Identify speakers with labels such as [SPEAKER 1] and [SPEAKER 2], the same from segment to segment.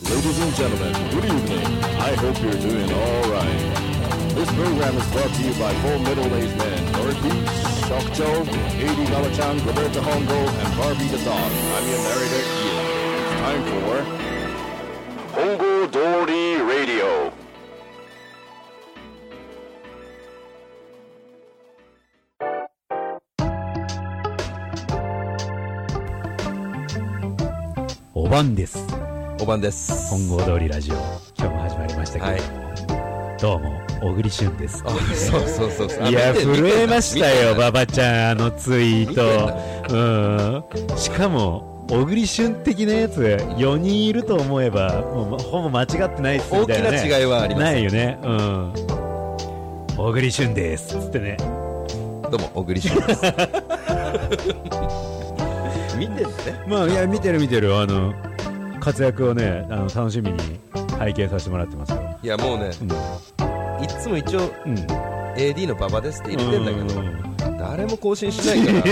[SPEAKER 1] Ladies and gentlemen, good evening. I hope you're doing all right. This program is brought to you by four middle-aged men, Dorothy, Shock Joe, Adi Galachan, Roberta Hongo, and Barbie the Dog. I'm your narrator, Ian. It's time for Hongo Dory Radio.
[SPEAKER 2] お晩です。
[SPEAKER 3] おばんです。
[SPEAKER 2] 本郷通りラジオ、今日も始まりましたけれども、どうも、小栗旬です。
[SPEAKER 3] あ、そうそうそうそう。あ
[SPEAKER 2] いや、
[SPEAKER 3] 見てんだ
[SPEAKER 2] 震えましたよ、
[SPEAKER 3] 見てん
[SPEAKER 2] バ
[SPEAKER 3] だ
[SPEAKER 2] バちゃん、あのツイート。うん。しかも、小栗旬的なやつ、4人いると思えば、もうまほぼ間違ってないっすみ
[SPEAKER 3] 大
[SPEAKER 2] た
[SPEAKER 3] き
[SPEAKER 2] いな、ね。
[SPEAKER 3] な違いはあります。
[SPEAKER 2] ないよね。うん。小栗旬です。つってね。
[SPEAKER 3] どうも、小栗旬です。見てんだね。
[SPEAKER 2] まあ、いや、見てる見てる。あの、活躍をね、あの楽しみに拝見させてもらってますよ。
[SPEAKER 3] いや、もうね、いっつも一応
[SPEAKER 2] うん。うん
[SPEAKER 3] AD のババですって入れてんだけ
[SPEAKER 2] う
[SPEAKER 3] ど、
[SPEAKER 2] ん
[SPEAKER 3] 誰も更新しないか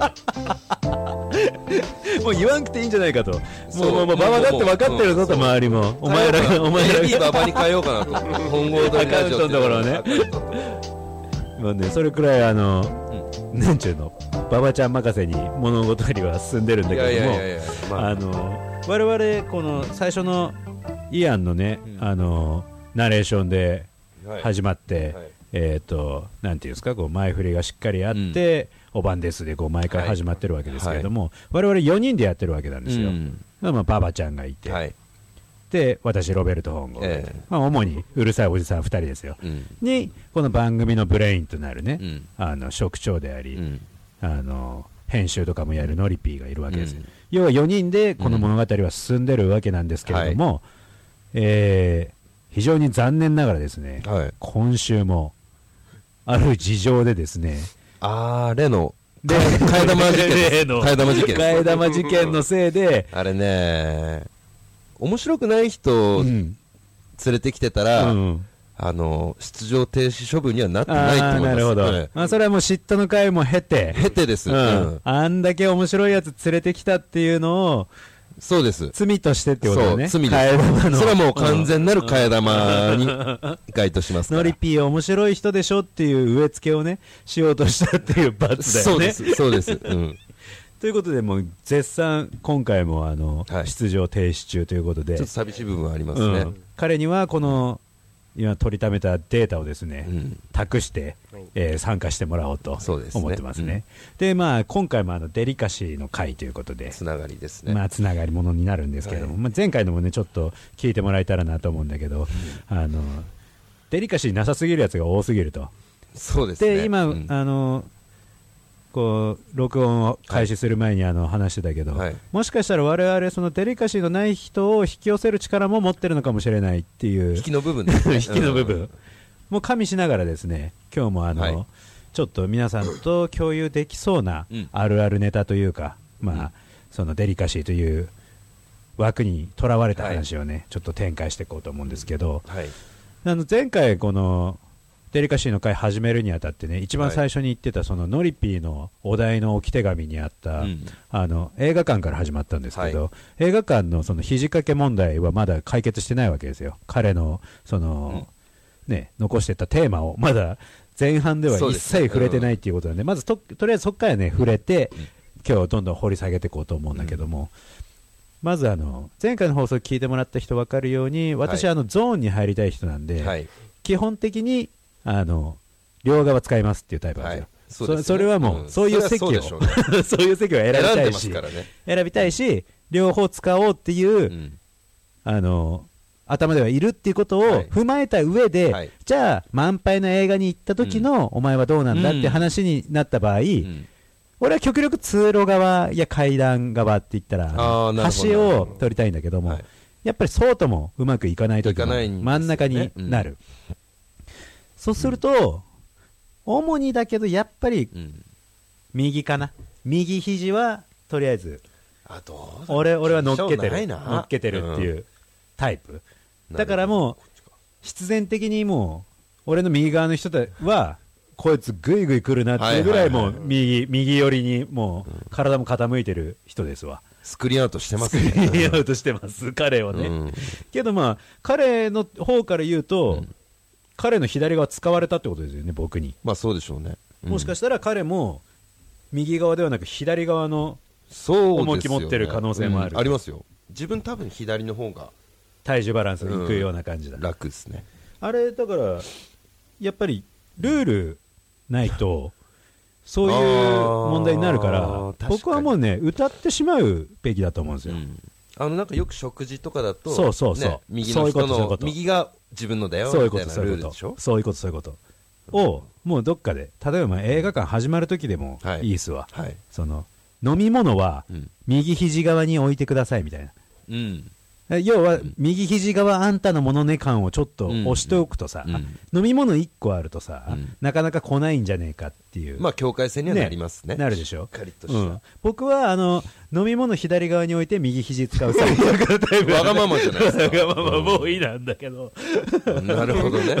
[SPEAKER 3] ら、
[SPEAKER 2] もう言わんくていいんじゃないかと。も
[SPEAKER 3] そう
[SPEAKER 2] う、もう、もう、馬場だって分かってるぞと、
[SPEAKER 3] もう
[SPEAKER 2] 周りも。 お前らが、お前ら
[SPEAKER 3] AD
[SPEAKER 2] が。
[SPEAKER 3] ババに変えようかなと。本郷通りラジオっていう
[SPEAKER 2] アカウンまあね、それくらい、あの、なんちゅうの、馬場ちゃん任せに物事よりは進んでるん
[SPEAKER 3] い
[SPEAKER 2] だ
[SPEAKER 3] やい
[SPEAKER 2] けど
[SPEAKER 3] や
[SPEAKER 2] も
[SPEAKER 3] いやい、や、まあ、
[SPEAKER 2] あの、我々、この、最初の、イアンのね
[SPEAKER 3] う、ん
[SPEAKER 2] あの、ナレーションで
[SPEAKER 3] はい
[SPEAKER 2] 始まっ
[SPEAKER 3] は
[SPEAKER 2] て
[SPEAKER 3] い、
[SPEAKER 2] えっと、なんていうんですか、こう、前振りがしっかりあって、お晩ですで、こう、毎回始まってるわけですけれども、我々4人でやってるわけなんですよ
[SPEAKER 3] う。ん
[SPEAKER 2] まあ、馬場ちゃんがいて、
[SPEAKER 3] はい。
[SPEAKER 2] で私ロベルト本郷、
[SPEAKER 3] ええ
[SPEAKER 2] まあ、主にうるさいおじさん2人ですよ、
[SPEAKER 3] うん。
[SPEAKER 2] にこの番組のブレインとなるね、
[SPEAKER 3] うん
[SPEAKER 2] あの職長であり、
[SPEAKER 3] うん。
[SPEAKER 2] あの編集とかもやるノリピーがいるわけですよ、
[SPEAKER 3] うん
[SPEAKER 2] 要は4人でこの物語は進んでるわけなんですけれども、えー非常に残念ながらですね、
[SPEAKER 3] はい。
[SPEAKER 2] 今週もある事情でですね
[SPEAKER 3] あー、例の、
[SPEAKER 2] で
[SPEAKER 3] 替え玉事件です。
[SPEAKER 2] 例の
[SPEAKER 3] 替え玉事件です。
[SPEAKER 2] 替え玉事件のせいで、
[SPEAKER 3] あれね、面白くない人を
[SPEAKER 2] う
[SPEAKER 3] 連
[SPEAKER 2] ん
[SPEAKER 3] れてきてたら、
[SPEAKER 2] うん
[SPEAKER 3] あの、出場停止処分にはなってないと
[SPEAKER 2] ああ
[SPEAKER 3] 思いま
[SPEAKER 2] な
[SPEAKER 3] す。
[SPEAKER 2] るほど、
[SPEAKER 3] はい
[SPEAKER 2] まあ、それはもう嫉妬の会も経て、
[SPEAKER 3] 経てです、
[SPEAKER 2] う
[SPEAKER 3] うんん、
[SPEAKER 2] あんだけ面白いやつ連れてきたっていうのを
[SPEAKER 3] そうです。
[SPEAKER 2] 罪としてってことだ
[SPEAKER 3] そ
[SPEAKER 2] よ
[SPEAKER 3] う、
[SPEAKER 2] ね。
[SPEAKER 3] 罪です。そ
[SPEAKER 2] 替え玉の
[SPEAKER 3] れはもう完全なる替え玉に該当します
[SPEAKER 2] うん
[SPEAKER 3] か
[SPEAKER 2] ノ
[SPEAKER 3] ら
[SPEAKER 2] リ。ピー面白い人でしょっていう植え付けをね、しようとしたっていう罰だ
[SPEAKER 3] そ
[SPEAKER 2] よ
[SPEAKER 3] うで
[SPEAKER 2] ね。
[SPEAKER 3] す、そうです。 うん。
[SPEAKER 2] ということで、もう絶賛、今回もあの、
[SPEAKER 3] はい
[SPEAKER 2] 出場停止中ということで
[SPEAKER 3] ちょっと、寂しい部分はあります
[SPEAKER 2] う
[SPEAKER 3] ね。
[SPEAKER 2] ん、彼にはこの、今取りためたデータをですね、
[SPEAKER 3] うん
[SPEAKER 2] 託して、えー参加してもらおうと
[SPEAKER 3] そうですね
[SPEAKER 2] 思ってますね。で、まあ、今回もあのデリカシーの会ということで、
[SPEAKER 3] つながりですね。
[SPEAKER 2] まあ、つながりものになるんですけれども、
[SPEAKER 3] は
[SPEAKER 2] まあ、前回のもねちょっと聞いてもらえたらなと思うんだけど、あのデリカシーなさすぎるやつが多すぎると
[SPEAKER 3] そうですね。
[SPEAKER 2] で今、
[SPEAKER 3] うん
[SPEAKER 2] あのこう録音を開始する前にあの話してたけど、
[SPEAKER 3] はい
[SPEAKER 2] もしかしたら我々そのデリカシーのない人を引き寄せる力も持ってるのかもしれないっていう
[SPEAKER 3] 引きの部分です ね。
[SPEAKER 2] 引きの部分、
[SPEAKER 3] うん
[SPEAKER 2] もう加味しながらですね今日もあの、
[SPEAKER 3] はい
[SPEAKER 2] ちょっと皆さんと共有できそうな
[SPEAKER 3] うん
[SPEAKER 2] あるあるネタというか、まあそのデリカシーという枠にとらわれた話をね、ちょっと展開していこうと思うんですけど、
[SPEAKER 3] はい。
[SPEAKER 2] あの前回このデリカシーの会始めるにあたってね一番
[SPEAKER 3] はい
[SPEAKER 2] 最初に言ってたそのノリピーのお題の置き手紙にあった、
[SPEAKER 3] うん
[SPEAKER 2] あの映画館から始まったんですけど、
[SPEAKER 3] は
[SPEAKER 2] 映画館のその肘掛け問題はまだ解決してないわけですよ彼のその、ね残してたテーマをまだ 前半では
[SPEAKER 3] そう
[SPEAKER 2] 一
[SPEAKER 3] ですね
[SPEAKER 2] 切触れてないっていうことなんでまずととりあえずそこからね触れて、今日どんどん掘り下げていこうと思うんだけども、まずあの前回の放送聞いてもらった人分かるように私、
[SPEAKER 3] はい
[SPEAKER 2] あのゾーンに入りたい人なんで、
[SPEAKER 3] はい。
[SPEAKER 2] 基本的にあの両側使いますっていうタイプなんですよ、
[SPEAKER 3] はいそうですね
[SPEAKER 2] そそれはもう、
[SPEAKER 3] うん
[SPEAKER 2] そういう席を
[SPEAKER 3] そりゃ
[SPEAKER 2] そ
[SPEAKER 3] そううでし
[SPEAKER 2] いう席を選びた
[SPEAKER 3] 選んで
[SPEAKER 2] い
[SPEAKER 3] ます
[SPEAKER 2] し、
[SPEAKER 3] からね。
[SPEAKER 2] 選びたいし両方使おうっていう、
[SPEAKER 3] うん
[SPEAKER 2] あの頭ではいるっていうことを
[SPEAKER 3] はい
[SPEAKER 2] 踏まえた上で、
[SPEAKER 3] はい
[SPEAKER 2] じゃあ満杯の映画に行った時の、お前はどうなんだって話になった場合、
[SPEAKER 3] うん
[SPEAKER 2] 俺は極力通路側や階段側って言ったら
[SPEAKER 3] あーなるほど
[SPEAKER 2] 端を取りたいんだけども、
[SPEAKER 3] はい
[SPEAKER 2] やっぱりそうともうまくいかないとき
[SPEAKER 3] いかないんですよね
[SPEAKER 2] 真ん中になる、そうすると、主にだけどやっぱり
[SPEAKER 3] うん
[SPEAKER 2] 右かな右肘はとりあえず
[SPEAKER 3] あどうだ
[SPEAKER 2] 俺俺は乗っけて
[SPEAKER 3] しょうがな
[SPEAKER 2] る
[SPEAKER 3] いな
[SPEAKER 2] 乗っけてるっていううタイプ、だからもう必然的にもう俺の右側の人たちはこいつぐいぐい来るなっていうぐらいも
[SPEAKER 3] は
[SPEAKER 2] う
[SPEAKER 3] いはいは
[SPEAKER 2] 右右寄りにもう体も傾いてる人ですわ。
[SPEAKER 3] スクリーンアウトしてます
[SPEAKER 2] レ
[SPEAKER 3] ね。
[SPEAKER 2] イアウトしてます、彼はね。
[SPEAKER 3] うん
[SPEAKER 2] けどまあ、彼の方から言うと、彼の左側使われたってことですよね、僕に。
[SPEAKER 3] まあそうでしょうね。
[SPEAKER 2] もしかしたら彼も、右側ではなく左側の
[SPEAKER 3] そう
[SPEAKER 2] 重き
[SPEAKER 3] ですよね
[SPEAKER 2] 持ってる可能性もある
[SPEAKER 3] うんありますよ。自分多分左の方が
[SPEAKER 2] 体重バランスにいくような感じだ。
[SPEAKER 3] 楽ですね。
[SPEAKER 2] あれ、だから、やっぱり、ルールないと、そういう問題になるから
[SPEAKER 3] あー確か、に
[SPEAKER 2] 僕はもうね、歌ってしまうべきだと思うんですよ。
[SPEAKER 3] あのなんかよく食事とかだと、
[SPEAKER 2] そうそうそう
[SPEAKER 3] ね右の
[SPEAKER 2] そうい
[SPEAKER 3] 人
[SPEAKER 2] うことそういうこ
[SPEAKER 3] の
[SPEAKER 2] と
[SPEAKER 3] 右が自分のだよ
[SPEAKER 2] そういう
[SPEAKER 3] み
[SPEAKER 2] こ
[SPEAKER 3] たい
[SPEAKER 2] と、
[SPEAKER 3] な
[SPEAKER 2] そうい
[SPEAKER 3] ルー
[SPEAKER 2] う
[SPEAKER 3] ル
[SPEAKER 2] こ
[SPEAKER 3] でしょ
[SPEAKER 2] と。。そういうこと、そういうこと。を、もうどっかで、例えば映画館始まるときでも
[SPEAKER 3] は、い
[SPEAKER 2] いいっすわ。
[SPEAKER 3] はい。
[SPEAKER 2] その、飲み物は
[SPEAKER 3] うん、
[SPEAKER 2] 右肘側に置いてくださいみたいな。
[SPEAKER 3] うん。
[SPEAKER 2] 要は、右肘側あんたのものね感をちょっと
[SPEAKER 3] うん
[SPEAKER 2] 押しておくとさ、
[SPEAKER 3] うん
[SPEAKER 2] あ飲み物1個あるとさ、
[SPEAKER 3] うん
[SPEAKER 2] なかなか来ないんじゃねえかっていう。
[SPEAKER 3] まあ境界線にはなりますね。
[SPEAKER 2] なるでしょ
[SPEAKER 3] しっかりと
[SPEAKER 2] う
[SPEAKER 3] し
[SPEAKER 2] ん、僕はあの飲み物左側に置いて右肘使う最悪のタイプ
[SPEAKER 3] た。わがままじ ゃないですか。
[SPEAKER 2] ままボーイなんだけど、
[SPEAKER 3] なるほどね。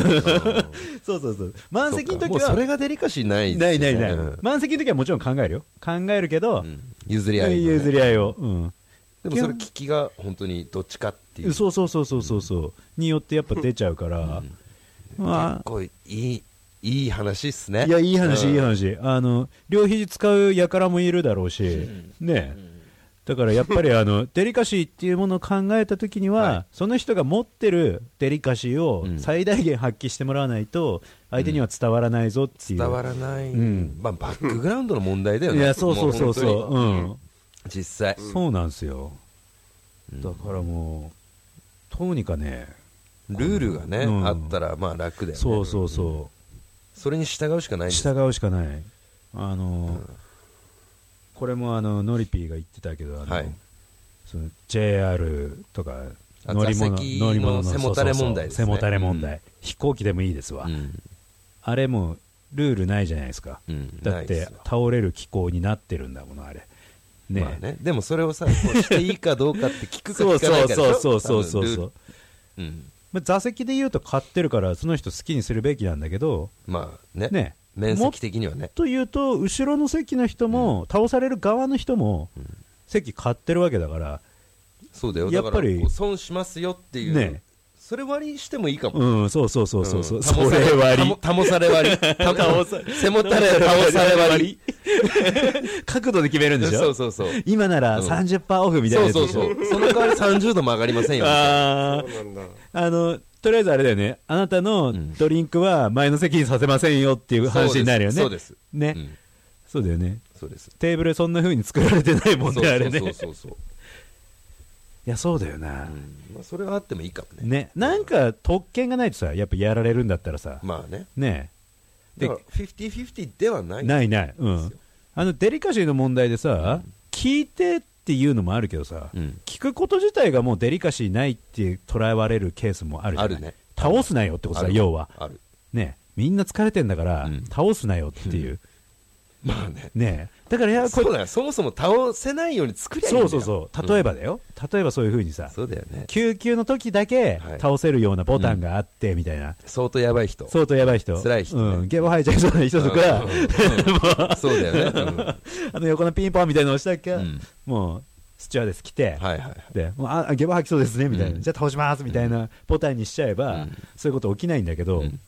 [SPEAKER 2] そうそうそう満席の時
[SPEAKER 3] そうかもうそれ
[SPEAKER 2] は
[SPEAKER 3] がデリカシーないですよ
[SPEAKER 2] な
[SPEAKER 3] ね
[SPEAKER 2] いないない、
[SPEAKER 3] うん
[SPEAKER 2] 満席の時はもちろん考えるよ考えるけど、
[SPEAKER 3] うん譲り合いのね
[SPEAKER 2] 譲り合いを、うん
[SPEAKER 3] でもそれ聞きが本当にどっちかっていう
[SPEAKER 2] そうそうそうそうそうそうによってやっぱ出ちゃうから、ま
[SPEAKER 3] こういいいい話っす
[SPEAKER 2] あ
[SPEAKER 3] ね
[SPEAKER 2] いやいい話、
[SPEAKER 3] うん
[SPEAKER 2] いい話あの両肘使うやからもいるだろうし、ねだからやっ ぱりあのデリカシーっていうものを考えた時には、
[SPEAKER 3] は
[SPEAKER 2] その人が持ってるデリカシーを
[SPEAKER 3] うん
[SPEAKER 2] 最大限発揮してもらわないと相手には伝わらないぞっていう、
[SPEAKER 3] 伝わらない、
[SPEAKER 2] うん
[SPEAKER 3] まあ、バックグラウンドの問題だよ
[SPEAKER 2] い
[SPEAKER 3] ね
[SPEAKER 2] やそうそうそう
[SPEAKER 3] も
[SPEAKER 2] そう
[SPEAKER 3] 本
[SPEAKER 2] う、
[SPEAKER 3] 当に実際、
[SPEAKER 2] ん、そうなんですよ、
[SPEAKER 3] うん
[SPEAKER 2] だからもうどうにかね
[SPEAKER 3] ルールがね、
[SPEAKER 2] うん
[SPEAKER 3] あったらまあ楽だよね
[SPEAKER 2] そうそうそう、
[SPEAKER 3] それに従うしかないんです
[SPEAKER 2] 従うしかないあの、これもあのノリピーが言ってたけどあの、
[SPEAKER 3] はい
[SPEAKER 2] その JR とか
[SPEAKER 3] あ
[SPEAKER 2] 乗り物
[SPEAKER 3] 座席の背もたれ問題
[SPEAKER 2] そうそうそ
[SPEAKER 3] ですね
[SPEAKER 2] う背もたれ問題、飛行機でもいいですわ、
[SPEAKER 3] うん
[SPEAKER 2] あれもルールないじゃないですか、
[SPEAKER 3] うん
[SPEAKER 2] だ
[SPEAKER 3] な
[SPEAKER 2] っ
[SPEAKER 3] いで
[SPEAKER 2] て
[SPEAKER 3] すよ
[SPEAKER 2] 倒れる機構になってるんだものあれね,、
[SPEAKER 3] まあね、でもそれをさこうしていいかどうかって聞くか
[SPEAKER 2] そう
[SPEAKER 3] 聞かな
[SPEAKER 2] そ
[SPEAKER 3] いうかでし
[SPEAKER 2] そ
[SPEAKER 3] ょ
[SPEAKER 2] うそうそうそう
[SPEAKER 3] 多分ル
[SPEAKER 2] そ
[SPEAKER 3] ー
[SPEAKER 2] う
[SPEAKER 3] ル、うん、
[SPEAKER 2] まあ、座席で言うと買ってるからその人好きにするべきなんだけど
[SPEAKER 3] まあね
[SPEAKER 2] ね
[SPEAKER 3] 面積的にはね
[SPEAKER 2] というと後ろの席の人も、倒される側の人も、席買ってるわけだから、
[SPEAKER 3] そうだよ
[SPEAKER 2] や
[SPEAKER 3] だ
[SPEAKER 2] っ
[SPEAKER 3] か
[SPEAKER 2] ぱ
[SPEAKER 3] ら
[SPEAKER 2] り
[SPEAKER 3] こう損しますよっていう、
[SPEAKER 2] ね
[SPEAKER 3] それ割りしてもいいかも、
[SPEAKER 2] うん、そうそうそうそうそう、
[SPEAKER 3] ん
[SPEAKER 2] それ割り。
[SPEAKER 3] 保され 保保され割りた背もたれ保され割
[SPEAKER 2] 角度で決めるん
[SPEAKER 3] り
[SPEAKER 2] でしょ
[SPEAKER 3] そうそうそう
[SPEAKER 2] 今なら
[SPEAKER 3] うん
[SPEAKER 2] 30%オフみたいな
[SPEAKER 3] そう
[SPEAKER 2] やつ
[SPEAKER 3] そ
[SPEAKER 2] で
[SPEAKER 3] う
[SPEAKER 2] しょ
[SPEAKER 3] そうその代わり30度も上がりませんよ
[SPEAKER 2] あ
[SPEAKER 4] そうなんだ。
[SPEAKER 2] あ、あの、とりあえずあれだよね。あなたの
[SPEAKER 3] ん
[SPEAKER 2] ドリンクは前の席にさせませんよっていう話になるよね。
[SPEAKER 3] そうです
[SPEAKER 2] ね、
[SPEAKER 3] うん
[SPEAKER 2] そうだよね。
[SPEAKER 3] そうです
[SPEAKER 2] テーブルそんな風に作られてないもん
[SPEAKER 3] そう
[SPEAKER 2] ね、あれね。
[SPEAKER 3] そうそうそう
[SPEAKER 2] いや、そうだよな。
[SPEAKER 3] うんまあそれはあってもいいかもね
[SPEAKER 2] ね。なんか特権がないとさ、やっぱやられるんだったらさ。
[SPEAKER 3] まあね
[SPEAKER 2] ね
[SPEAKER 3] だから50/50ではない
[SPEAKER 2] ないない、う
[SPEAKER 3] です
[SPEAKER 2] ん
[SPEAKER 3] よ、
[SPEAKER 2] あのデリカシーの問題でさ、聞いてっていうのもあるけどさ、
[SPEAKER 3] うん
[SPEAKER 2] 聞くこと自体がもうデリカシーないって捉われるケースもあるじゃない
[SPEAKER 3] あるね
[SPEAKER 2] 倒すなよってこと
[SPEAKER 3] あ
[SPEAKER 2] さ、
[SPEAKER 3] る
[SPEAKER 2] 要は、
[SPEAKER 3] ある
[SPEAKER 2] ね、みんな疲れてんだから、
[SPEAKER 3] うん
[SPEAKER 2] 倒すなよっていう、
[SPEAKER 3] まあね
[SPEAKER 2] ね、だからいやこ
[SPEAKER 3] そう
[SPEAKER 2] れ
[SPEAKER 3] だよそもそも倒せないように作りゃいいんだ
[SPEAKER 2] そ
[SPEAKER 3] よ
[SPEAKER 2] うそうそう、例えばだよ、例えばそういうふうにさ、
[SPEAKER 3] そうだよね
[SPEAKER 2] 救急の時だけ
[SPEAKER 3] はい
[SPEAKER 2] 倒せるようなボタンがあってみたいな、
[SPEAKER 3] 相当やばい人
[SPEAKER 2] 相当やばい人、
[SPEAKER 3] 辛い人ね
[SPEAKER 2] うん、ゲボ吐いちゃいそうな人とか、
[SPEAKER 3] うんそうだよねうんは
[SPEAKER 2] あの横のピンポンみたいなの押したっけ、
[SPEAKER 3] ん
[SPEAKER 2] もうスチュワーデス来て、
[SPEAKER 3] いはいはい
[SPEAKER 2] でもうあ下馬吐きそうですねみたいな、
[SPEAKER 3] うん
[SPEAKER 2] じゃあ倒しますみたいなボタンにしちゃえば、
[SPEAKER 3] うん
[SPEAKER 2] そういうこと起きないんだけど、
[SPEAKER 3] うん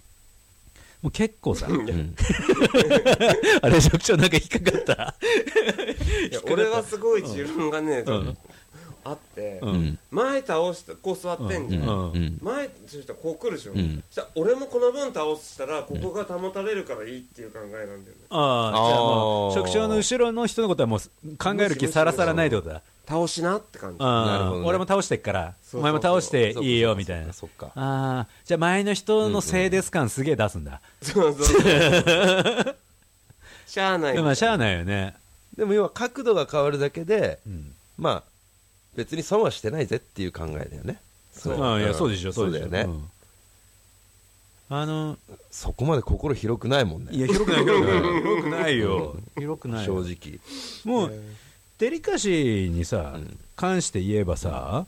[SPEAKER 2] もう結構さ、
[SPEAKER 3] うん
[SPEAKER 2] あれ、職長なんか引っかかった。
[SPEAKER 4] いや俺はすごい自分がね、
[SPEAKER 2] ん
[SPEAKER 4] あって、
[SPEAKER 3] ん
[SPEAKER 4] 前倒してこう座ってんじゃん、
[SPEAKER 2] うん
[SPEAKER 3] うん
[SPEAKER 4] 前そしたらこう来るでしょ、
[SPEAKER 3] ん
[SPEAKER 4] そしたら俺もこの分倒したらここが保たれるからいいっていう考えなんだよね
[SPEAKER 2] ああ、じゃあもう、
[SPEAKER 3] あー
[SPEAKER 2] 職長の後ろの人のことはもう考える気さらさらないってことだ。
[SPEAKER 4] 倒しなって感じ
[SPEAKER 2] あ
[SPEAKER 3] なる
[SPEAKER 2] あ
[SPEAKER 3] ほどね
[SPEAKER 2] 俺も倒してっから、お
[SPEAKER 4] そうそうそう
[SPEAKER 2] 前も倒していいよみたいな。
[SPEAKER 3] そっかそっかそっか
[SPEAKER 2] ああ、じゃあ前の人のセーデス感すげえ出すんだ。
[SPEAKER 4] そうそうそうしゃあない
[SPEAKER 2] でもしゃあないよね。
[SPEAKER 3] でも要は角度が変わるだけで、
[SPEAKER 2] ん
[SPEAKER 3] まあ別に損はしてないぜっていう考えだよねそう
[SPEAKER 2] ああいや
[SPEAKER 3] ん
[SPEAKER 2] そうでしょ、そうでしょ。
[SPEAKER 3] だよね、
[SPEAKER 2] うんあの、
[SPEAKER 3] そこまで心広くないもんね
[SPEAKER 2] いや、広くない、広くない。広くないよ。広くない
[SPEAKER 3] 正
[SPEAKER 2] よ。
[SPEAKER 3] 直
[SPEAKER 2] もう、デリカシーにさ、関して言えばさ、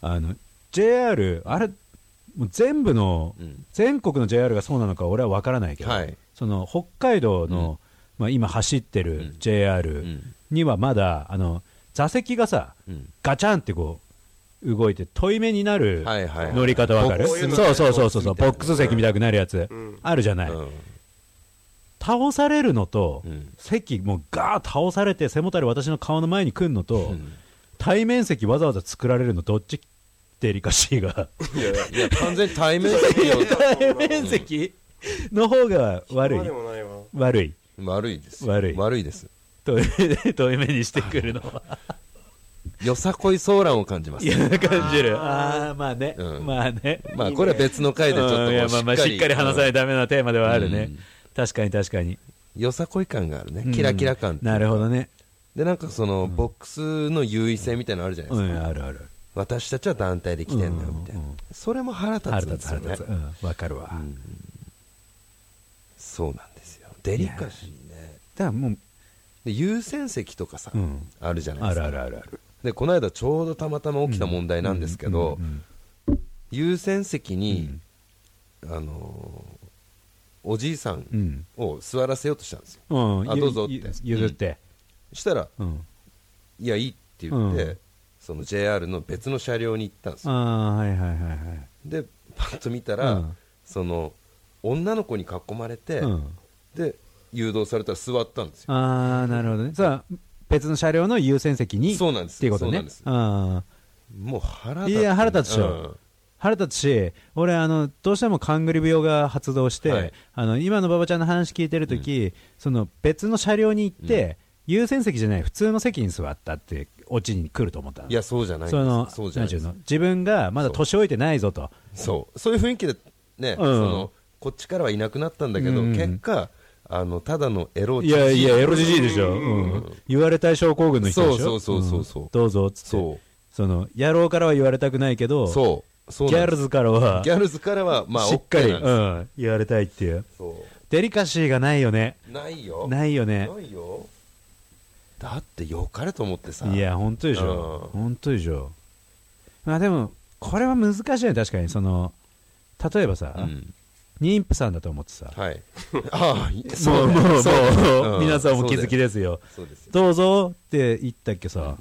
[SPEAKER 2] あの、JR、あれ、もう全部の、
[SPEAKER 3] うん
[SPEAKER 2] 全国の JR がそうなのか俺は分からないけど、
[SPEAKER 3] はい
[SPEAKER 2] その北海道の、まあ、今走って
[SPEAKER 3] う
[SPEAKER 2] る
[SPEAKER 3] ん
[SPEAKER 2] JR
[SPEAKER 3] うん
[SPEAKER 2] にはまだあの座席がさ
[SPEAKER 3] うん
[SPEAKER 2] ガチャンってこう動いて遠い目になる
[SPEAKER 3] はいはいはい
[SPEAKER 2] 乗り方わかる、
[SPEAKER 3] ボックスみたい
[SPEAKER 2] そ
[SPEAKER 3] な
[SPEAKER 2] うそうそうそうそう
[SPEAKER 3] ボ
[SPEAKER 2] ボ
[SPEAKER 3] ッ
[SPEAKER 2] ッ
[SPEAKER 3] ク
[SPEAKER 2] ク
[SPEAKER 3] スみ
[SPEAKER 2] ス
[SPEAKER 3] たいな
[SPEAKER 2] 席みたくなるやつ、
[SPEAKER 4] うん
[SPEAKER 2] あるじゃない、
[SPEAKER 3] うん
[SPEAKER 2] 倒されるのと、
[SPEAKER 3] うん
[SPEAKER 2] 席もうガーッ倒されて背もたれ私の顔の前に来るのと、
[SPEAKER 3] うん
[SPEAKER 2] 対面席わざわざ作られるのどっちデリカシ ーが
[SPEAKER 3] いや完全に対面席よ
[SPEAKER 2] 対面席の方が悪
[SPEAKER 4] そうで
[SPEAKER 2] い
[SPEAKER 4] もないわ
[SPEAKER 2] 悪い
[SPEAKER 3] 悪いです
[SPEAKER 2] 悪い
[SPEAKER 3] 悪いです
[SPEAKER 2] 遠い 遠い目にしてくるのは
[SPEAKER 3] よさこい騒乱を感じます
[SPEAKER 2] いや感じるああまあね、
[SPEAKER 3] うん
[SPEAKER 2] まあね
[SPEAKER 3] まあこれは別の回でちょっとも
[SPEAKER 2] うん
[SPEAKER 3] う
[SPEAKER 2] いやまあまあしっかり話さな
[SPEAKER 3] う
[SPEAKER 2] い
[SPEAKER 3] ん
[SPEAKER 2] とダメなテーマではあるね、
[SPEAKER 3] うん
[SPEAKER 2] 確かに確かに
[SPEAKER 3] よさこい感があるねキラキラ感っていうか
[SPEAKER 2] なるほどね
[SPEAKER 3] でなんかそのボックスの優位性みたいなのあるじゃないで
[SPEAKER 2] う
[SPEAKER 3] すか、
[SPEAKER 2] んあるある
[SPEAKER 3] 私たちは団体で来てんだよみたいな、
[SPEAKER 2] うんうんうん
[SPEAKER 3] それも腹立
[SPEAKER 2] 腹
[SPEAKER 3] つん
[SPEAKER 2] 立つ
[SPEAKER 3] ですよ
[SPEAKER 2] 腹
[SPEAKER 3] ね
[SPEAKER 2] 立つうんわかるわ、
[SPEAKER 3] うんそうなんですよデリカシーね
[SPEAKER 2] だからもう、
[SPEAKER 3] で優先席とかさ、
[SPEAKER 2] うん
[SPEAKER 3] あるじゃない
[SPEAKER 2] あ
[SPEAKER 3] ですか
[SPEAKER 2] るあるあるある
[SPEAKER 3] でこの間ちょうどたまたま起きた問題なんですけど、
[SPEAKER 2] うんうん
[SPEAKER 3] 優先席に、あのーおじいさ
[SPEAKER 2] うんん
[SPEAKER 3] を座らせようとしたんですよ
[SPEAKER 2] うんうん
[SPEAKER 3] あ
[SPEAKER 2] ゆ
[SPEAKER 3] どうぞって
[SPEAKER 2] ゆ譲って、
[SPEAKER 3] したら
[SPEAKER 2] うん
[SPEAKER 3] 「いやいい」って言って、
[SPEAKER 2] うん
[SPEAKER 3] その JR の別の車両に行ったんですよ
[SPEAKER 2] ああはいはいはいはい
[SPEAKER 3] でパッと見たら、
[SPEAKER 2] うん
[SPEAKER 3] その女の子に囲まれて、
[SPEAKER 2] うん、
[SPEAKER 3] で誘導されたら座ったんですよ
[SPEAKER 2] ああなるほどねさあ別の車両の優先席に
[SPEAKER 3] そうなんです
[SPEAKER 2] っていうこと
[SPEAKER 3] そうな
[SPEAKER 2] ね
[SPEAKER 3] んです
[SPEAKER 2] ああ
[SPEAKER 3] もう腹立
[SPEAKER 2] いや腹立つでしょ腹立つし俺あのどうしても勘ぐり病が発動して、
[SPEAKER 3] はい
[SPEAKER 2] あの今の馬場ちゃんの話聞いてる時、その別の車両に行って、優先席じゃない普通の席に座ったってオチに来ると思ったの
[SPEAKER 3] いやそうじゃないん
[SPEAKER 2] その
[SPEAKER 3] ですそうじゃ
[SPEAKER 2] なん
[SPEAKER 3] ない
[SPEAKER 2] ていう
[SPEAKER 3] んで
[SPEAKER 2] の
[SPEAKER 3] す
[SPEAKER 2] 自分がまだ年老いてないぞと
[SPEAKER 3] そうそういう雰囲気でね、そのこっちからはいなくなったんだけど、
[SPEAKER 2] うん
[SPEAKER 3] 結果あのただのエロ
[SPEAKER 2] いやいやエロじじいでしょ、
[SPEAKER 4] う
[SPEAKER 2] うん言われたい症候群の人でしょ
[SPEAKER 3] そうそうそうそうそうん
[SPEAKER 2] どうぞっつって
[SPEAKER 3] そ
[SPEAKER 2] その野郎からは言われたくないけど
[SPEAKER 3] うそうそう
[SPEAKER 2] ギ
[SPEAKER 3] な
[SPEAKER 2] ャ
[SPEAKER 3] んで
[SPEAKER 2] ル
[SPEAKER 3] す
[SPEAKER 2] ズからは
[SPEAKER 3] ギャルズからはまあ
[SPEAKER 2] しっか
[SPEAKER 3] OK
[SPEAKER 2] り、
[SPEAKER 3] なん
[SPEAKER 2] う
[SPEAKER 3] です
[SPEAKER 2] ん、言われたいっていう
[SPEAKER 3] そ
[SPEAKER 2] デリカシーがないよね
[SPEAKER 3] うないよ
[SPEAKER 2] ないよね
[SPEAKER 3] ないよだってよかれと思ってさ
[SPEAKER 2] いや本当でしょ
[SPEAKER 3] うん
[SPEAKER 2] 本当でしょまあでもこれは難しいね確かにその例えばさ、
[SPEAKER 3] うん
[SPEAKER 2] 妊婦さんだと思ってさ
[SPEAKER 3] はいああい
[SPEAKER 2] もうもうもう
[SPEAKER 3] うん
[SPEAKER 2] 皆さんも
[SPEAKER 3] そう
[SPEAKER 2] 気
[SPEAKER 3] だ
[SPEAKER 2] づ
[SPEAKER 3] よ
[SPEAKER 2] きですよ
[SPEAKER 3] そうですよ、
[SPEAKER 2] どうぞって言ったっけさ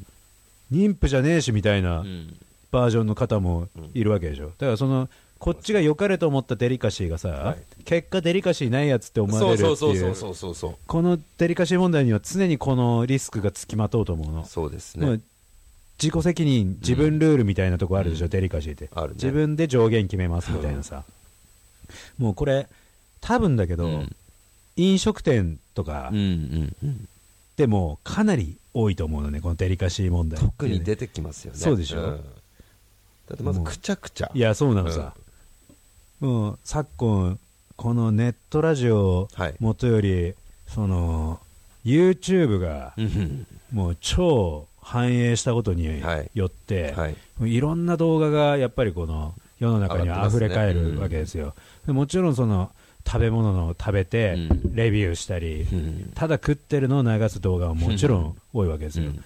[SPEAKER 2] 妊婦じゃねえしみたいな
[SPEAKER 3] うん
[SPEAKER 2] バージョンの方もいるわけでしょだからそのこっちが良かれと思ったデリカシーがさ、
[SPEAKER 3] はい
[SPEAKER 2] 結果デリカシーないやつって思わ
[SPEAKER 3] そ
[SPEAKER 2] れるって
[SPEAKER 3] う
[SPEAKER 2] い
[SPEAKER 3] そううそうそうそうそうそう
[SPEAKER 2] このデリカシー問題には常にこのリスクがつきまとうと思うの、
[SPEAKER 3] そうです
[SPEAKER 2] も
[SPEAKER 3] ね
[SPEAKER 2] う自己責任自分ルールみたいなとこあるでしょ、デリカシーって、
[SPEAKER 3] あるね
[SPEAKER 2] 自分で上限決めますみたいなさ、もうこれ多分だけど、
[SPEAKER 3] うん
[SPEAKER 2] 飲食店とか
[SPEAKER 3] うんうんうん
[SPEAKER 2] でもかなり多いと思うのねこのデリカシー問題
[SPEAKER 3] 特に出
[SPEAKER 2] で
[SPEAKER 3] てきますよね
[SPEAKER 2] そうでしょ
[SPEAKER 3] んだってまずくちゃくちゃ
[SPEAKER 2] いやそうなのさ、もう昨今このネットラジオ
[SPEAKER 3] はい
[SPEAKER 2] もとより、その YouTube が
[SPEAKER 3] うん
[SPEAKER 2] もう超繁栄したことに
[SPEAKER 3] はい
[SPEAKER 2] よって、
[SPEAKER 3] はい
[SPEAKER 2] い、ろんな動画がやっぱりこの世の中には溢れ返るわけですよ、でもちろんその食べ物の食べて
[SPEAKER 3] うん
[SPEAKER 2] レビューしたり、
[SPEAKER 3] うん
[SPEAKER 2] ただ食ってるのを流す動画ももちろん多いわけですよ、
[SPEAKER 3] うん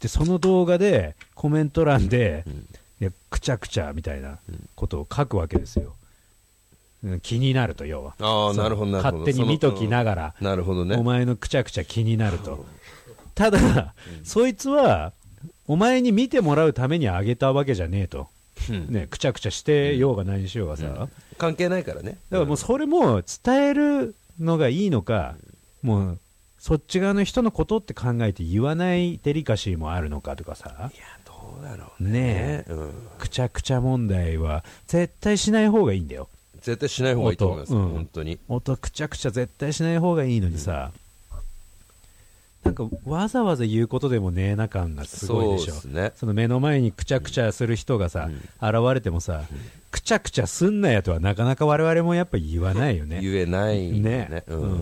[SPEAKER 2] でその動画でコメント欄で、
[SPEAKER 3] うん
[SPEAKER 2] いやくちゃくちゃみたいなことを書くわけですよ、うん気になると要は
[SPEAKER 3] あ
[SPEAKER 2] そ
[SPEAKER 3] あ
[SPEAKER 2] う
[SPEAKER 3] なるほどなるほど
[SPEAKER 2] 勝手に見ときながら
[SPEAKER 3] そのうんなるほどね
[SPEAKER 2] お前のくちゃくちゃ気になると、ただ、そいつはお前に見てもらうためにあげたわけじゃねえと、
[SPEAKER 3] うん
[SPEAKER 2] ね、くちゃくちゃしてようが何しようがさ、だか
[SPEAKER 3] 関係ないからね
[SPEAKER 2] らもうそれも伝えるのがいいのか、もうそっち側の人のことって考えて言わないデリカシーもあるのかとかさ、
[SPEAKER 3] いやどうだろう
[SPEAKER 2] ねえ、
[SPEAKER 3] うん
[SPEAKER 2] くちゃくちゃ問題は絶対しない方がいいんだよ。
[SPEAKER 3] 絶対しない方がいいと思います
[SPEAKER 2] 音うん
[SPEAKER 3] 本当に
[SPEAKER 2] 音くちゃくちゃ絶対しない方がいいのにさ、なんかわざわざ言うことでもねえな感がすごいでしょ
[SPEAKER 3] そうですね
[SPEAKER 2] その目の前にくちゃくちゃする人がさ、現れてもさ、くちゃくちゃすんなやとはなかなか我々もやっぱ言わないよね
[SPEAKER 3] 言えない
[SPEAKER 2] ね
[SPEAKER 3] う
[SPEAKER 2] うん
[SPEAKER 3] ん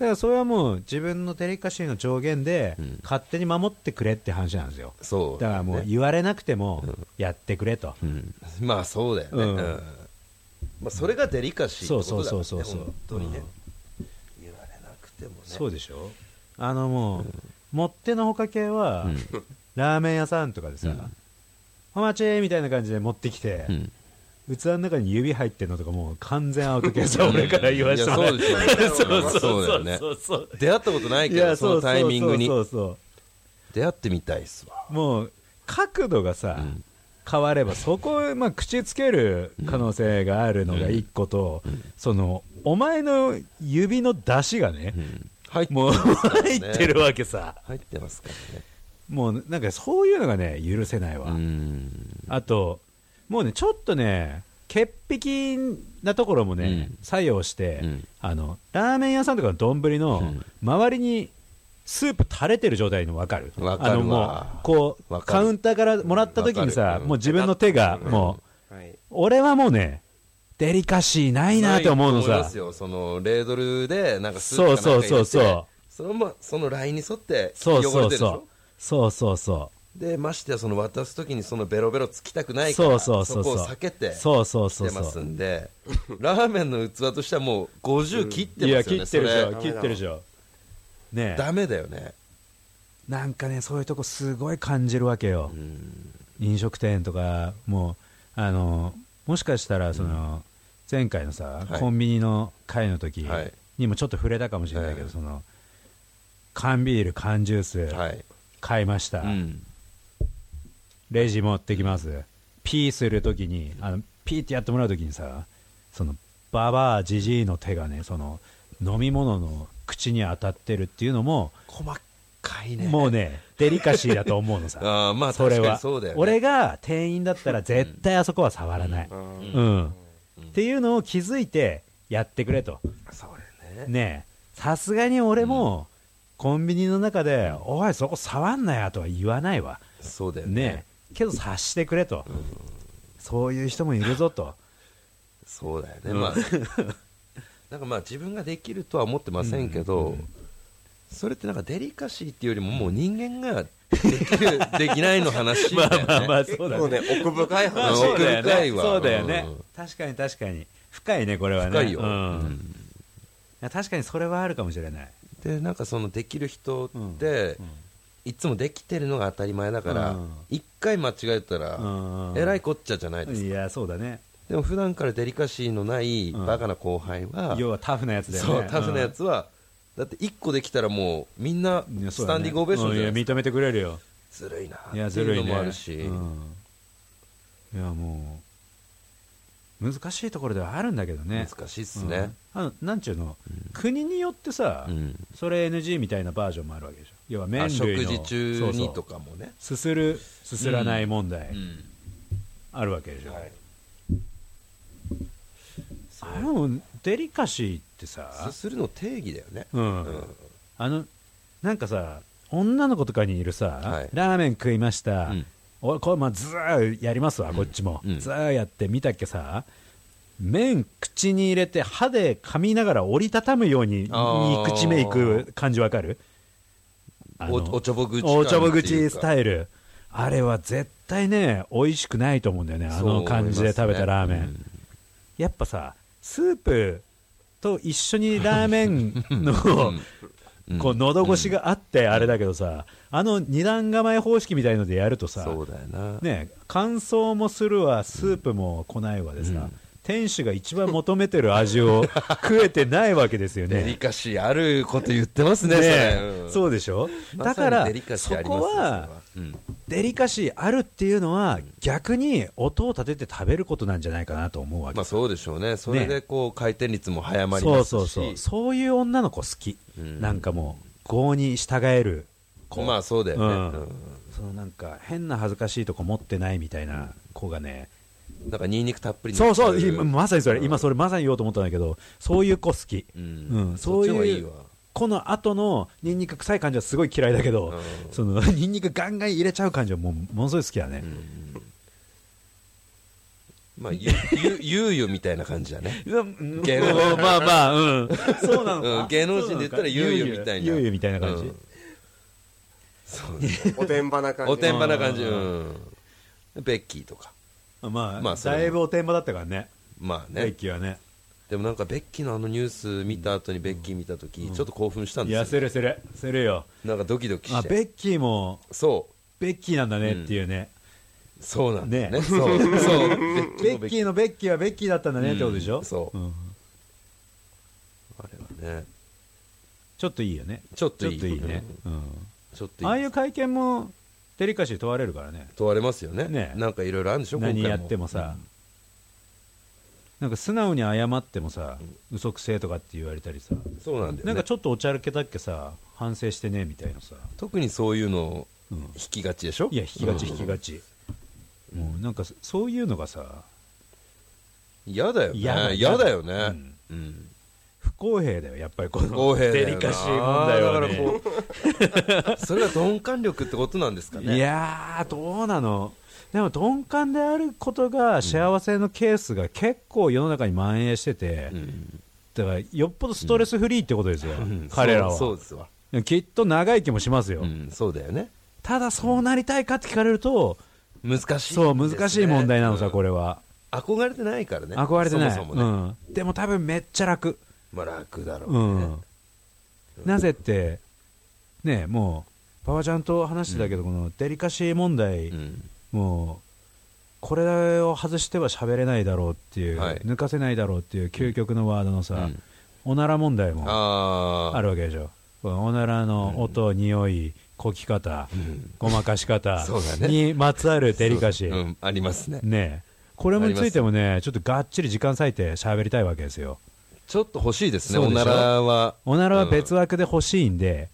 [SPEAKER 2] だからそれはもう自分のデリカシーの上限で
[SPEAKER 3] ん
[SPEAKER 2] 勝手に守ってくれって話なんですよ
[SPEAKER 3] そう
[SPEAKER 2] だからもう
[SPEAKER 3] ね
[SPEAKER 2] 言われなくてもやってくれと、
[SPEAKER 3] うんまあそうだよね
[SPEAKER 2] うん
[SPEAKER 3] うんまあそれがデリカシーってことだからね
[SPEAKER 2] そうそうそうそうそう
[SPEAKER 3] 本当にね言われなくてもね
[SPEAKER 2] そうでしょあのもう、もってのほか系は、ラーメン屋さんとかでさ、お待ちみたいな感じで持ってきて、
[SPEAKER 3] うん
[SPEAKER 2] 器の中に指入ってるのとかもう完全アウトケー スは俺から言わせてもら
[SPEAKER 3] いやそうですよね
[SPEAKER 2] そうそう
[SPEAKER 3] そうだよね
[SPEAKER 2] そうそうそう
[SPEAKER 3] 出会ったことない
[SPEAKER 2] い
[SPEAKER 3] けど
[SPEAKER 2] や
[SPEAKER 3] そのタイミングに
[SPEAKER 2] そうそうそう
[SPEAKER 3] 出会ってみたいっすわ
[SPEAKER 2] そうもう角度がさ、
[SPEAKER 3] うん
[SPEAKER 2] 変わればそこへまあ口つける可能性があるのが一個と、そのお前の指の出しがね、
[SPEAKER 3] 入って
[SPEAKER 2] もう 入ってる
[SPEAKER 3] わ
[SPEAKER 2] わけさ
[SPEAKER 3] 入ってますからね
[SPEAKER 2] もうなんかそういうのがね許せないわ、
[SPEAKER 3] うん
[SPEAKER 2] あともうねちょっとね潔癖なところもね、
[SPEAKER 3] うん
[SPEAKER 2] 作用して、
[SPEAKER 3] うん
[SPEAKER 2] あのラーメン屋さんとかの丼
[SPEAKER 3] う
[SPEAKER 2] の
[SPEAKER 3] ん
[SPEAKER 2] 周りにスープ垂れてる状態の分かる
[SPEAKER 3] わかるわ
[SPEAKER 2] あのもうこう
[SPEAKER 3] わかる
[SPEAKER 2] カウンターからもらった時に
[SPEAKER 3] わか
[SPEAKER 2] さ
[SPEAKER 3] るうん
[SPEAKER 2] もう自分の手が
[SPEAKER 3] うん
[SPEAKER 2] もう、
[SPEAKER 4] はい
[SPEAKER 2] 俺はもうねデリカシーないなって思うの
[SPEAKER 3] ないと思い
[SPEAKER 2] さ
[SPEAKER 3] ますよそのレードルでなんかスープ
[SPEAKER 2] そう
[SPEAKER 3] かな
[SPEAKER 2] そ
[SPEAKER 3] ん
[SPEAKER 2] う
[SPEAKER 3] か入れて
[SPEAKER 2] そうそう
[SPEAKER 3] そのまそのラインに沿って
[SPEAKER 2] そう
[SPEAKER 3] 汚
[SPEAKER 2] そう
[SPEAKER 3] れてるでし
[SPEAKER 2] そう
[SPEAKER 3] ょ
[SPEAKER 2] そうそうそう
[SPEAKER 3] でましてやその渡す時にそのベロベロつきたくないか
[SPEAKER 2] そう
[SPEAKER 3] ら
[SPEAKER 2] そうそう
[SPEAKER 3] こ
[SPEAKER 2] そう
[SPEAKER 3] を避けて
[SPEAKER 2] そうそうそう
[SPEAKER 3] 来て
[SPEAKER 2] そ
[SPEAKER 3] ま
[SPEAKER 2] う
[SPEAKER 3] すんでラーメンの器としてはもう50切ってますよね、
[SPEAKER 2] いや切ってるでし
[SPEAKER 3] そ
[SPEAKER 2] ょ
[SPEAKER 3] れ
[SPEAKER 2] 切ってるでしょねえ
[SPEAKER 3] ダメだよね
[SPEAKER 2] なんかねそういうとこすごい感じるわけよ、飲食店とかもうあのもしかしたらその、前回のさ、
[SPEAKER 3] はい
[SPEAKER 2] コンビニの会の時
[SPEAKER 3] はい
[SPEAKER 2] にもちょっと触れたかもしれないけど、
[SPEAKER 3] はい
[SPEAKER 2] その缶ビール缶ジュース、
[SPEAKER 3] はい、
[SPEAKER 2] 買いました、
[SPEAKER 3] うん、
[SPEAKER 2] レジ持ってきますピーするときにあのピーってやってもらうときにさそのババアジジイの手がねその飲み物の口に当たってるっていうのも
[SPEAKER 3] 細かいね
[SPEAKER 2] もうねデリカシーだと思うのさ
[SPEAKER 3] あーまあ
[SPEAKER 2] それ
[SPEAKER 3] 確か
[SPEAKER 2] は
[SPEAKER 3] にそうだよ、ね、
[SPEAKER 2] 俺が店員だったら絶対あそこは触らない、
[SPEAKER 4] うん
[SPEAKER 2] うんっていうのを気づいてやってくれと
[SPEAKER 3] そうだよね
[SPEAKER 2] ねえさすがに俺もコンビニの中で「おいそこ触んなや」とは言わないわ
[SPEAKER 3] そうだよね
[SPEAKER 2] ねえけど察してくれと、そういう人もいるぞと
[SPEAKER 3] そうだよね、まあ なんかまあ自分ができるとは思ってませんけど、それってなんかデリカシーっていうよりももう人間ができる できないの話みたいな、ね、
[SPEAKER 4] 結構ね奥深い
[SPEAKER 3] あ
[SPEAKER 4] 話
[SPEAKER 3] そうだよ奥深いわ
[SPEAKER 2] そうだよね、
[SPEAKER 3] うん
[SPEAKER 2] 確かに確かに深いねこれはね
[SPEAKER 3] 深いよ、
[SPEAKER 2] う
[SPEAKER 3] うんん
[SPEAKER 2] いや確かにそれはあるかもしれない
[SPEAKER 3] でなんかそのできる人って、いつもできてるのが当たり前だから
[SPEAKER 2] うん
[SPEAKER 3] 一、回間違えたら、
[SPEAKER 2] うん
[SPEAKER 3] えらいこっちゃじゃないですか、
[SPEAKER 2] いやそうだね
[SPEAKER 3] でも普段からデリカシーのない
[SPEAKER 2] うん
[SPEAKER 3] バカな後輩は、
[SPEAKER 2] 要はタフなやつだよね
[SPEAKER 3] そうタフなや、つは、だって一個できたらもうみんな
[SPEAKER 2] うんいやそ
[SPEAKER 3] ス
[SPEAKER 2] うだ
[SPEAKER 3] タ
[SPEAKER 2] ね
[SPEAKER 3] ンディングオベーションじゃない
[SPEAKER 2] うん
[SPEAKER 3] で
[SPEAKER 2] い
[SPEAKER 3] す
[SPEAKER 2] や
[SPEAKER 3] か
[SPEAKER 2] 認めてくれるよ
[SPEAKER 3] ずるいなって
[SPEAKER 2] いやずる
[SPEAKER 3] い
[SPEAKER 2] いう
[SPEAKER 3] の
[SPEAKER 2] ね
[SPEAKER 3] もあるし、
[SPEAKER 2] うんいやもう難しいところではあるんだけどね
[SPEAKER 3] 難しいっすね、
[SPEAKER 2] うんあのなんちゅうの、国によってさ、
[SPEAKER 3] うん
[SPEAKER 2] それ NG みたいなバージョンもあるわけでしょ要は麺
[SPEAKER 3] あ食
[SPEAKER 2] 類の
[SPEAKER 3] 事中に
[SPEAKER 2] そ
[SPEAKER 3] と
[SPEAKER 2] うそう
[SPEAKER 3] かもね
[SPEAKER 2] すするすすらない問題、あるわけでしょ、
[SPEAKER 3] はい
[SPEAKER 2] あのデリカシーってさ
[SPEAKER 3] す、するの定義だよね、
[SPEAKER 2] うんあのなんかさ女の子とかにいるさ、
[SPEAKER 3] はい
[SPEAKER 2] ラーメン食いました、
[SPEAKER 3] うん
[SPEAKER 2] おこれまあずーやりますわこっちも、
[SPEAKER 3] うん
[SPEAKER 2] ずーやってみたっけさ麺口に入れて歯で噛みながら折りたたむようにに
[SPEAKER 3] あー
[SPEAKER 2] 口目いく感じわかるあの
[SPEAKER 3] おおちょぼ口感
[SPEAKER 2] おちょぼ
[SPEAKER 3] ってい
[SPEAKER 2] 口
[SPEAKER 3] うか
[SPEAKER 2] スタイルあれは絶対ね美味しくないと思うんだよねあの感じで食べたラーメン、
[SPEAKER 3] そう思いますね
[SPEAKER 2] やっぱさスープと一緒にラーメン のこう喉越しがあってあれだけどさ、あの二段構え方式みたいのでやるとさ、
[SPEAKER 3] そうだよな、
[SPEAKER 2] ね、乾燥もするわスープも来ないわでさ、店主が一番求めてる味 を食えてないわけですよ
[SPEAKER 3] デリ
[SPEAKER 2] ね。
[SPEAKER 3] カシーあること言ってます
[SPEAKER 2] ね
[SPEAKER 3] ねそれ、うん
[SPEAKER 2] そうでしょ、だ
[SPEAKER 3] ま
[SPEAKER 2] か
[SPEAKER 3] さ
[SPEAKER 2] ら
[SPEAKER 3] にデリカシ
[SPEAKER 2] そ
[SPEAKER 3] ーありま
[SPEAKER 2] こ
[SPEAKER 3] すね
[SPEAKER 2] は
[SPEAKER 3] それうん
[SPEAKER 2] デリカシーあるっていうのは逆に音を立てて食べることなんじゃないかなと思うわけ
[SPEAKER 3] まあそうでしょうねそれでこう回転率も早まり
[SPEAKER 2] そ
[SPEAKER 3] ま
[SPEAKER 2] う
[SPEAKER 3] すし
[SPEAKER 2] そうそうそういう女の子好き、なんかもう業に従える子、
[SPEAKER 3] まあそうだよね、
[SPEAKER 2] うん
[SPEAKER 3] うん
[SPEAKER 2] そのなんか変な恥ずかしいとこ持ってないみたいな子がね、
[SPEAKER 3] なんかニンニクたっぷりの
[SPEAKER 2] そうそう
[SPEAKER 3] い
[SPEAKER 2] 今まさにそれ、今それまさに言おうと思ったんだけどそういう子好き、
[SPEAKER 3] うん
[SPEAKER 2] うんそう
[SPEAKER 3] そっちの方がい
[SPEAKER 2] い
[SPEAKER 3] いうわ
[SPEAKER 2] この後のニンニク臭い感じはすごい嫌いだけど、
[SPEAKER 3] うん
[SPEAKER 2] そのニンニクガンガン入れちゃう感じはもうものすごい好きだね、
[SPEAKER 3] まあゆゆ猶予みたいな感じ だね
[SPEAKER 2] うん
[SPEAKER 3] 芸能
[SPEAKER 2] うんまあまあ、うん、そうなのか、
[SPEAKER 3] うん芸能人で言ったら猶予みたいな
[SPEAKER 2] 猶予みたいな感じ、
[SPEAKER 3] うんそう
[SPEAKER 4] おてんばな感じ
[SPEAKER 3] おてんばな感じ、
[SPEAKER 2] う
[SPEAKER 3] うん、ベッキーとか
[SPEAKER 2] まあ、
[SPEAKER 3] まあそれも
[SPEAKER 2] だいぶおてんばだったからね、
[SPEAKER 3] まあ
[SPEAKER 2] ベッ
[SPEAKER 3] ね
[SPEAKER 2] キーはね、
[SPEAKER 3] でもなんかベッキーのあのニュース見た後にベッキー見た時、ちょっと興奮したん
[SPEAKER 2] い
[SPEAKER 3] で
[SPEAKER 2] や、
[SPEAKER 3] す
[SPEAKER 2] す
[SPEAKER 3] よ
[SPEAKER 2] るする、するよ、
[SPEAKER 3] なんかドキドキ
[SPEAKER 2] あ
[SPEAKER 3] して
[SPEAKER 2] ベッキーも
[SPEAKER 3] そ
[SPEAKER 2] ベッキーなんだねっていうね、
[SPEAKER 3] うそうなんだよね
[SPEAKER 2] ね
[SPEAKER 3] そうそう
[SPEAKER 2] ベッキーのベッキーはベッキーだったんだねってことでしょ、
[SPEAKER 3] うんそう
[SPEAKER 2] うん
[SPEAKER 3] あれはね
[SPEAKER 2] ちょっといいよね
[SPEAKER 3] ちょっと
[SPEAKER 2] ちょ
[SPEAKER 3] い
[SPEAKER 2] っ
[SPEAKER 3] い
[SPEAKER 2] といいね、うん
[SPEAKER 3] ちょっといい
[SPEAKER 2] ああいう会見もデリカシー問われるからね
[SPEAKER 3] 問われますよね
[SPEAKER 2] ね
[SPEAKER 3] なんかいろいろあるんでしょ今回
[SPEAKER 2] 何やってもさ、なんか素直に謝ってもさ嘘くせえとかって言われたりさ
[SPEAKER 3] そうなんだよ、ね、
[SPEAKER 2] なんかちょっとおちゃらけたっけさ反省してねみたいなさ
[SPEAKER 3] 特にそういうの引きがちでしょ、
[SPEAKER 2] いや引きがち
[SPEAKER 3] うん
[SPEAKER 2] 引きがち、もうなんかそそういうのがさ
[SPEAKER 3] 嫌だよね
[SPEAKER 2] 嫌だ
[SPEAKER 3] 嫌だよねうん、
[SPEAKER 2] 不公平だよやっぱりこの
[SPEAKER 3] 不公平だよ
[SPEAKER 2] デ
[SPEAKER 3] な
[SPEAKER 2] リカシー問題は、ね、
[SPEAKER 3] だからこう それは鈍感力ってことなんですかね
[SPEAKER 2] いやー、どうなの、でも鈍感であることが幸せのケースが結構世の中に蔓延してて、
[SPEAKER 3] うん
[SPEAKER 2] だからよっぽどストレスフリーってことですよ、
[SPEAKER 3] うん
[SPEAKER 2] 彼らは。
[SPEAKER 3] そうそうですわ、
[SPEAKER 2] きっと長生きもしますよ、
[SPEAKER 3] うん、そうだよね
[SPEAKER 2] ただそうなりたいかって聞かれると、
[SPEAKER 3] 難しいですね、
[SPEAKER 2] そう、難しい問題なのさ、
[SPEAKER 3] うん
[SPEAKER 2] これは。
[SPEAKER 3] 憧れてないからね
[SPEAKER 2] 憧れてない
[SPEAKER 3] そもそもね、
[SPEAKER 2] うん、でも多分めっちゃ楽、
[SPEAKER 3] まあ楽だろう
[SPEAKER 2] う
[SPEAKER 3] ね、
[SPEAKER 2] ん、なぜって、ね、もう、馬場ちゃんと話してたけど、このデリカシー問題。
[SPEAKER 3] うん
[SPEAKER 2] もうこれを外しては喋れないだろうっていう、
[SPEAKER 3] はい
[SPEAKER 2] 抜かせないだろうっていう究極のワードのさ、
[SPEAKER 3] うん
[SPEAKER 2] おなら問題も
[SPEAKER 3] ああ
[SPEAKER 2] あるわけでしょこのおならの音、匂いこき方、ごまかし方
[SPEAKER 3] そうだね
[SPEAKER 2] にまつわるデリカシー、
[SPEAKER 3] うん、ありますね
[SPEAKER 2] ねえこれもについてもねちょっとがっちり時間割いて喋りたいわけですよ
[SPEAKER 3] ちょっと欲しいですね
[SPEAKER 2] そう
[SPEAKER 3] お
[SPEAKER 2] でしょ
[SPEAKER 3] ならは
[SPEAKER 2] おならは別枠で欲しいんで、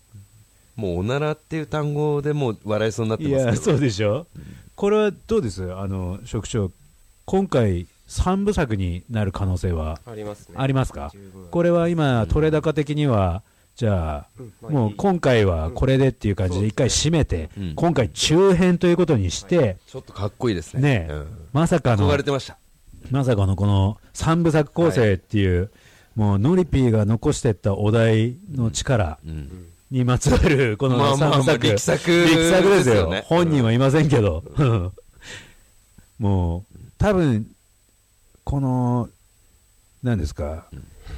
[SPEAKER 3] もうおならっていう単語でもう笑いそうになって
[SPEAKER 2] い
[SPEAKER 3] ます
[SPEAKER 2] や
[SPEAKER 3] けど
[SPEAKER 2] そうでしょ、これはどうですあの職長今回3部作になる可能性は
[SPEAKER 4] ありますね
[SPEAKER 2] ありますか
[SPEAKER 4] 十分
[SPEAKER 2] これは今、取れ高的には、じゃ
[SPEAKER 4] うん
[SPEAKER 2] あ、
[SPEAKER 4] まあ
[SPEAKER 2] も
[SPEAKER 4] いうい
[SPEAKER 2] 今回はこれでっていう感じで、一回締めて、今回、中編ということにして、
[SPEAKER 3] ちょっとかっこいいですね
[SPEAKER 2] ね
[SPEAKER 3] うん、
[SPEAKER 2] まさかの
[SPEAKER 3] 憧れ、てました
[SPEAKER 2] まさかのこの三部作構成っていう、もうノリピーが残してったお題の力
[SPEAKER 3] うん
[SPEAKER 2] にまつわる、こ
[SPEAKER 3] ま
[SPEAKER 2] の
[SPEAKER 3] あまあまあ
[SPEAKER 2] 三部作、
[SPEAKER 3] 力作
[SPEAKER 2] 力作です
[SPEAKER 3] ですよ
[SPEAKER 2] よ
[SPEAKER 3] ね、
[SPEAKER 2] 本人はいませんけど、もう、多分この、なんですか、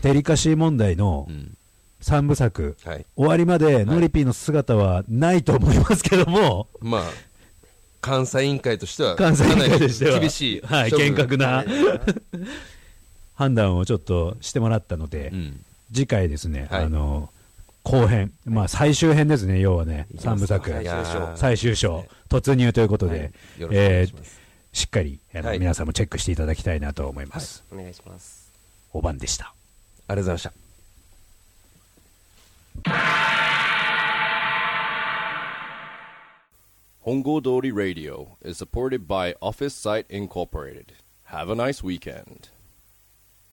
[SPEAKER 2] デリカシー問題の、
[SPEAKER 3] うん
[SPEAKER 2] 三部作、
[SPEAKER 3] はい
[SPEAKER 2] 終わりまでノリピーの姿はないと思いますけども、
[SPEAKER 3] まあ監査委員会としては
[SPEAKER 2] 関西委員会として
[SPEAKER 3] かな
[SPEAKER 2] は
[SPEAKER 3] り厳しい
[SPEAKER 2] はい、
[SPEAKER 3] 処分
[SPEAKER 2] 厳格な判断をちょっとしてもらったので、
[SPEAKER 3] うん
[SPEAKER 2] 次回ですね、
[SPEAKER 3] はい
[SPEAKER 2] あの後編、まあ、最終編ですね、要はね、三部作、
[SPEAKER 3] いやー
[SPEAKER 2] 最終章、突入ということで、
[SPEAKER 3] よろしくお願
[SPEAKER 2] え
[SPEAKER 3] いします
[SPEAKER 2] ーしっかりあの、
[SPEAKER 3] はい
[SPEAKER 2] 皆さんもチェックしていただきたいなと思います。
[SPEAKER 4] お願いします
[SPEAKER 2] おばんでした
[SPEAKER 3] ありがとうございました
[SPEAKER 1] Hongo Dori Radio is supported by Office Site Incorporated. Have a nice weekend.